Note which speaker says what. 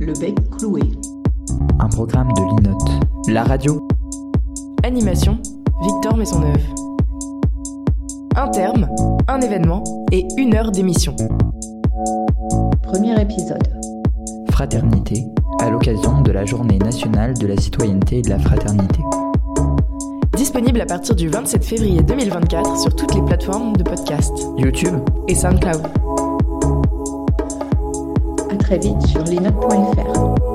Speaker 1: Le bec cloué.
Speaker 2: Un programme de l'INOT. La radio
Speaker 3: Animation, Victor Maisonneuve. Un terme, un événement et une heure d'émission.
Speaker 1: Premier épisode.
Speaker 2: Fraternité, à l'occasion de la Journée nationale de la citoyenneté et de la fraternité.
Speaker 3: Disponible à partir du 27 février 2024 sur toutes les plateformes de podcast
Speaker 2: YouTube
Speaker 3: et SoundCloud.
Speaker 1: À très vite sur linode.fr.